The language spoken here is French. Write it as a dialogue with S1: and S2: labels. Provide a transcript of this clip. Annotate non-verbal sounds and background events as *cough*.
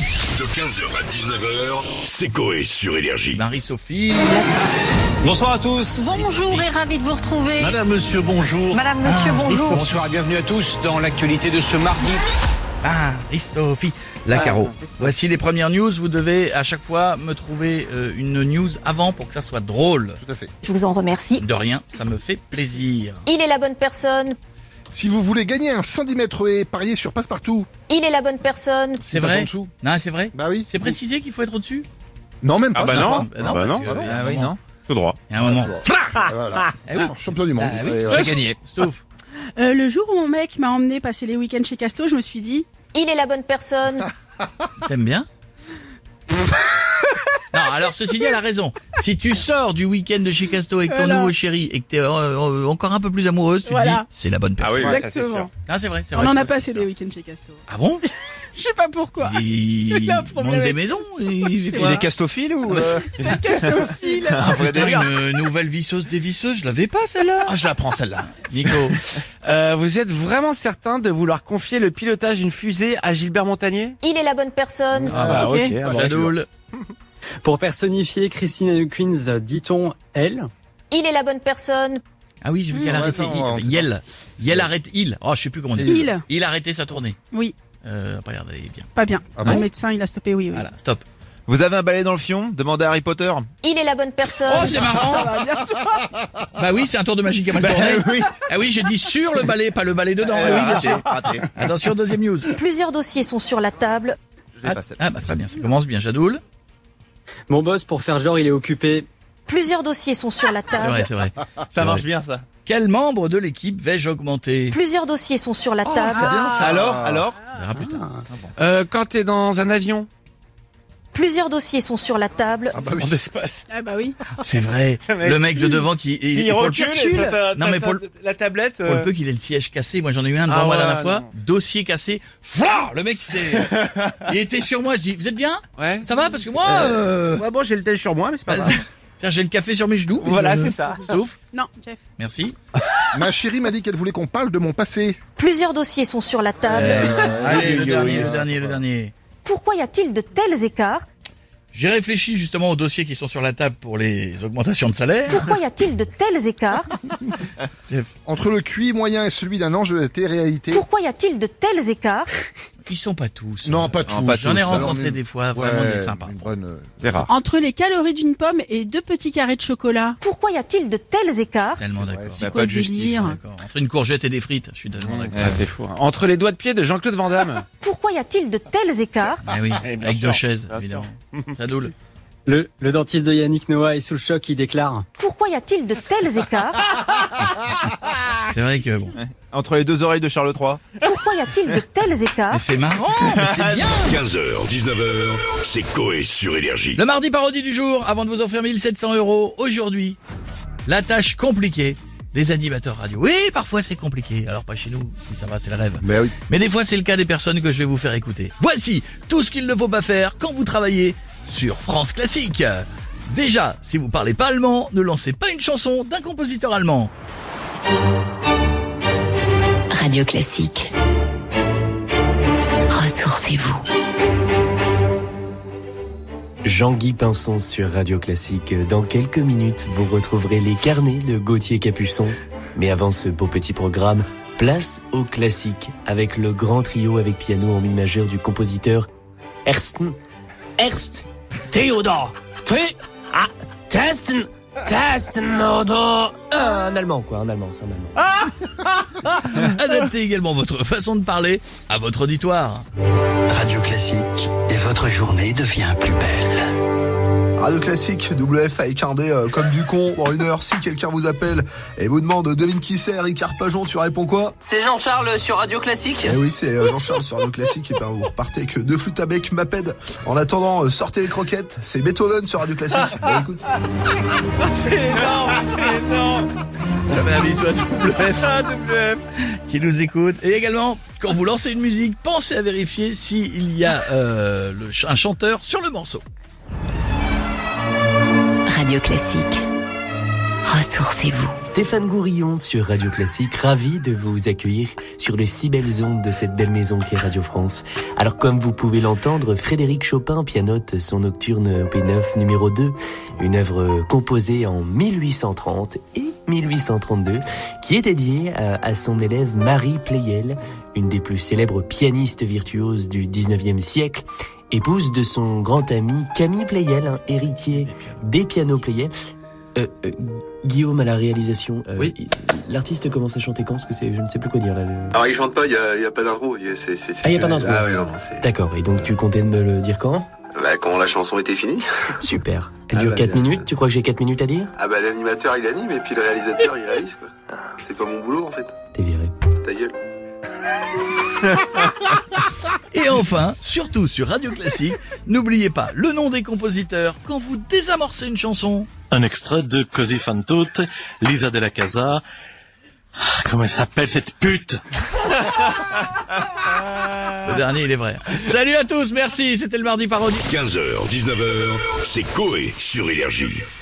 S1: De 15h à 19h, c'est Coé sur Énergie.
S2: Marie-Sophie.
S3: Bonsoir à tous.
S4: Bonjour et ravi de vous retrouver.
S3: Madame, monsieur, bonjour.
S4: Madame, monsieur, bonjour.
S3: Bonsoir et bienvenue à tous dans l'actualité de ce mardi.
S2: Marie-Sophie. La Caro. Voici les premières news. Vous devez à chaque fois me trouver euh, une news avant pour que ça soit drôle.
S4: Je vous en remercie.
S2: De rien, ça me fait plaisir.
S4: Il est la bonne personne.
S5: Si vous voulez gagner un 110 mètres et parier sur Passepartout,
S4: Il est la bonne personne.
S2: C'est
S5: passe en
S2: vrai
S5: dessous.
S2: Non, c'est vrai
S5: Bah oui.
S2: C'est précisé qu'il faut être au-dessus
S5: Non, même pas.
S3: Ah bah non.
S2: Euh, non,
S1: bah
S2: parce
S1: non,
S2: que,
S5: bah non.
S2: euh,
S5: Ah
S2: il y a un moment-
S1: Tout droit.
S2: Il y a un moment.
S5: Voilà.
S2: Eh oui.
S5: Champion du monde.
S2: Ah oui,
S5: Ouais, ouais.
S2: *laughs* J'ai gagné. Stouff.
S6: Euh, le jour où mon mec m'a emmené passer les week-ends chez Casto, je me suis dit,
S4: Il est la bonne personne.
S2: T'aimes
S3: *laughs*
S2: bien Non, alors ceci dit, elle a raison. Si tu sors du week-end de chez Casto avec ton
S6: Voilà.
S2: nouveau chéri et que t'es euh, euh, encore un peu plus amoureuse, tu te
S6: Voilà.
S2: dis c'est la bonne personne.
S3: oui, ouais, ça, c'est
S6: exactement.
S2: Ah, c'est vrai, c'est
S6: On
S2: vrai.
S6: en
S2: c'est
S6: a
S2: vrai.
S6: passé des week-ends chez Casto.
S2: Ah bon
S6: Je sais pas pourquoi.
S2: *laughs* Il
S6: Il a un problème
S2: manque des
S6: avec
S2: maisons. Il fait
S6: Il
S2: quoi
S6: est
S3: castophile ou euh,
S6: Castophile.
S2: Ah, putain, une nouvelle visseuse des visseuses, je l'avais pas celle-là. Ah, je la prends celle-là. Nico.
S3: euh, Vous êtes vraiment certain de vouloir confier le pilotage d'une fusée à Gilbert Montagnier
S4: Il est la bonne personne.
S3: Ah bah
S6: ok.
S3: ah bah,
S2: Jadoul.
S7: Pour personnifier Christina Hawkins, dit-on elle
S4: Il est la bonne personne.
S2: Ah oui, je veux qu'elle
S5: Ouais,
S2: arrête.
S5: ça, on- on-
S2: Yel. Yel arrête il. Oh, je sais plus comment on dit.
S6: Il.
S2: Il a arrêté sa tournée.
S6: Oui,
S2: Euh, pas l'air d'aller bien.
S6: pas bien.
S5: Ah bon
S6: le médecin, il a stoppé, oui, oui.
S2: Voilà, stop.
S8: Vous avez un balai dans le fion Demandez à Harry Potter.
S4: Il est la bonne
S2: Oh,
S4: personne.
S2: c'est marrant.
S6: Ça va bien, toi
S2: Bah oui, c'est un tour de magie qui a mal tourné. Ah oui, j'ai dit sur le balai, pas le balai dedans. Ah oui, bien sûr. Attention, deuxième news.
S4: Plusieurs dossiers sont sur la table.
S8: Je l'ai
S2: Ah,
S8: pas, celle-là.
S2: ah, bah très bien, ça commence bien. Jadoul.
S7: Mon boss, pour faire genre, il est occupé.
S4: Plusieurs dossiers sont sur la
S2: C'est vrai,
S4: table.
S2: c'est vrai.
S8: Ça marche bien ça.
S2: Quel membre de l'équipe vais-je augmenter
S4: Plusieurs dossiers sont sur la table.
S8: Alors, alors
S2: On verra plus tard.
S3: Euh, quand t'es dans un avion,
S4: Plusieurs dossiers sont sur la table.
S5: Ah bah oui.
S3: d'espace.
S6: Ah bah oui.
S2: C'est vrai. Le mec de devant qui il,
S3: Mmh. Il,
S2: il- pour le-
S3: recule.
S6: recule.
S3: et t'as- t'as-
S2: Non, mais
S3: t'as-
S2: pour le-
S3: t'as- la tablette.
S2: Pour le
S3: euh,
S2: peu qu'il ait le siège cassé, moi j'en ai eu un devant
S3: Ah
S2: moi la
S3: ouais,
S2: dernière fois,
S3: non.
S2: dossier cassé, Fouah le mec il s'est-
S3: *laughs*
S2: il était sur moi, je dis vous êtes bien
S3: Ouais.
S2: Ça va Parce que moi, euh,
S3: Ouais, bon, j'ai le thé sur moi, mais c'est
S2: *laughs*
S3: pas grave.
S2: tiens, j'ai le café sur mes genoux. mais
S3: Voilà,
S2: je-
S3: c'est ça.
S2: Sauf,
S6: Non, Jeff.
S3: *laughs*
S2: merci.
S5: Ma chérie m'a dit qu'elle voulait qu'on parle de mon passé.
S4: Plusieurs dossiers sont sur la table.
S2: Euh, allez, le
S5: oui,
S2: dernier,
S5: oui,
S2: le
S5: oui.
S2: dernier, le dernier.
S4: Pourquoi y a-t-il de tels écarts
S2: J'ai réfléchi justement aux dossiers qui sont sur la table pour les augmentations de salaire.
S4: Pourquoi y a-t-il de tels écarts
S5: Entre le QI moyen et celui d'un ange de la télé-réalité.
S4: Pourquoi y a-t-il de tels écarts
S2: Ils sont pas tous.
S5: Non,
S2: euh,
S5: pas tous.
S8: pas
S2: J'en ai
S8: tous,
S2: rencontré
S5: alors,
S2: des fois,
S5: Ouais,
S2: vraiment des sympas.
S5: une bonne, euh,
S8: C'est rare.
S6: Entre les calories d'une pomme et deux petits carrés de chocolat.
S4: Pourquoi y a-t-il de tels écarts
S2: Tellement
S5: C'est vrai,
S2: d'accord.
S5: c'est-
S6: C'est
S8: a
S6: quoi
S8: pas
S6: ce
S8: de justice,
S6: délire
S2: D'accord. Entre une courgette et des frites, je suis tellement d'accord.
S3: Ouais, c'est fou. hein. Entre les doigts de pied de Jean-Claude Van Damme.
S4: Pourquoi y a-t-il de tels écarts
S2: Ah oui,
S3: Eh bien
S2: avec
S3: sûr,
S2: deux chaises,
S3: bien sûr.
S2: évidemment. Jadoul. *laughs*
S7: Le, le dentiste de Yannick Noah est sous le choc, il déclare.
S4: Pourquoi y a-t-il de tels écarts
S2: C'est vrai que bon.
S8: Entre les deux oreilles de Charles III.
S4: Pourquoi y a-t-il de tels écarts
S2: Mais c'est marrant, mais c'est bien.
S1: 15h, 19h, c'est Coé sur Énergie.
S2: Le mardi parodie du jour, avant de vous offrir 1700 euros, aujourd'hui, la tâche compliquée des animateurs radio. Oui, parfois c'est compliqué. Alors pas chez nous, si ça va, c'est le rêve.
S5: Mais oui.
S2: Mais des fois c'est le cas des personnes que je vais vous faire écouter. Voici tout ce qu'il ne faut pas faire quand vous travaillez sur France Classique. Déjà, si vous parlez pas allemand, ne lancez pas une chanson d'un compositeur *laughs* allemand.
S9: Radio Classique. Ressourcez-vous.
S7: Jean-Guy Pinson sur Radio Classique. Dans quelques minutes, vous retrouverez les carnets de Gauthier Capuçon. Mais avant ce beau petit programme, place au classique avec le grand trio avec piano en mi majeur du compositeur Ernst, Ernst, Theodor, Thé, ah, Testen, Testen, un allemand quoi, un allemand, c'est un allemand.
S2: Adaptez également votre façon de parler à votre auditoire.
S10: Radio Classique, et votre journée devient plus belle.
S11: Radio Classique, WF avec un D euh, comme du con. En une heure, si quelqu'un vous appelle et vous demande devine qui c'est, Ricard Pajon, tu réponds quoi
S10: C'est Jean-Charles sur Radio Classique
S11: Eh oui, c'est euh, Jean-Charles sur Radio Classique. Et ben, vous repartez que deux flûtes à bec, Maped. En attendant, euh, sortez les croquettes. C'est Beethoven sur Radio
S5: *laughs*
S11: Classique. Bah, écoute.
S12: Ah,
S2: J'avais la vie, toi, WF. qui nous écoute. Ah, Et également, quand vous lancez une musique, pensez à vérifier s'il y a euh, le ch- un chanteur sur le morceau.
S9: Radio Classique. Ressourcez-vous.
S7: Stéphane Gourillon sur Radio Classique, ravi de vous accueillir sur les si belles ondes de cette belle maison qu'est Radio France. Alors comme vous pouvez l'entendre, Frédéric Chopin pianote son nocturne P9 numéro 2, une œuvre composée en 1830 et 1832 qui est dédiée à, à son élève Marie Pleyel, une des plus célèbres pianistes virtuoses du 19e siècle. Épouse de son grand ami Camille Pleyel, un héritier des pianos Pleyel. Euh, euh, Guillaume à la réalisation. euh,
S2: Oui.
S7: il- L'artiste commence à chanter quand Parce que c'est, je ne sais plus quoi dire là. le-
S12: Alors il chante pas, il y a, il y a pas d'intro. il y a- c'est- c'est-
S7: Ah, il n'y a
S12: c'est-
S7: pas d'intro.
S12: Ah ouais, non, c'est-
S7: D'accord. Et donc tu comptais me le dire quand
S12: Bah, quand la chanson était finie.
S7: Super. Elle
S12: Ah
S7: dure
S12: bah,
S7: 4
S12: bien.
S7: minutes. Tu crois que j'ai 4 minutes à dire
S12: Ah bah l'animateur il anime et puis le réalisateur il réalise quoi.
S11: Ah.
S12: C'est pas mon boulot en fait.
S7: T'es viré.
S12: Ta gueule.
S2: Et enfin, surtout sur Radio Classique, *laughs* n'oubliez pas le nom des compositeurs quand vous désamorcez une chanson.
S13: Un extrait de Così fan tutte, Lisa de la Casa. Ah, Comment elle s'appelle cette pute
S2: *laughs* Le dernier, il est vrai. Salut à tous, merci, c'était le mardi parodie.
S1: 15h, 19h, c'est Coé sur Énergie.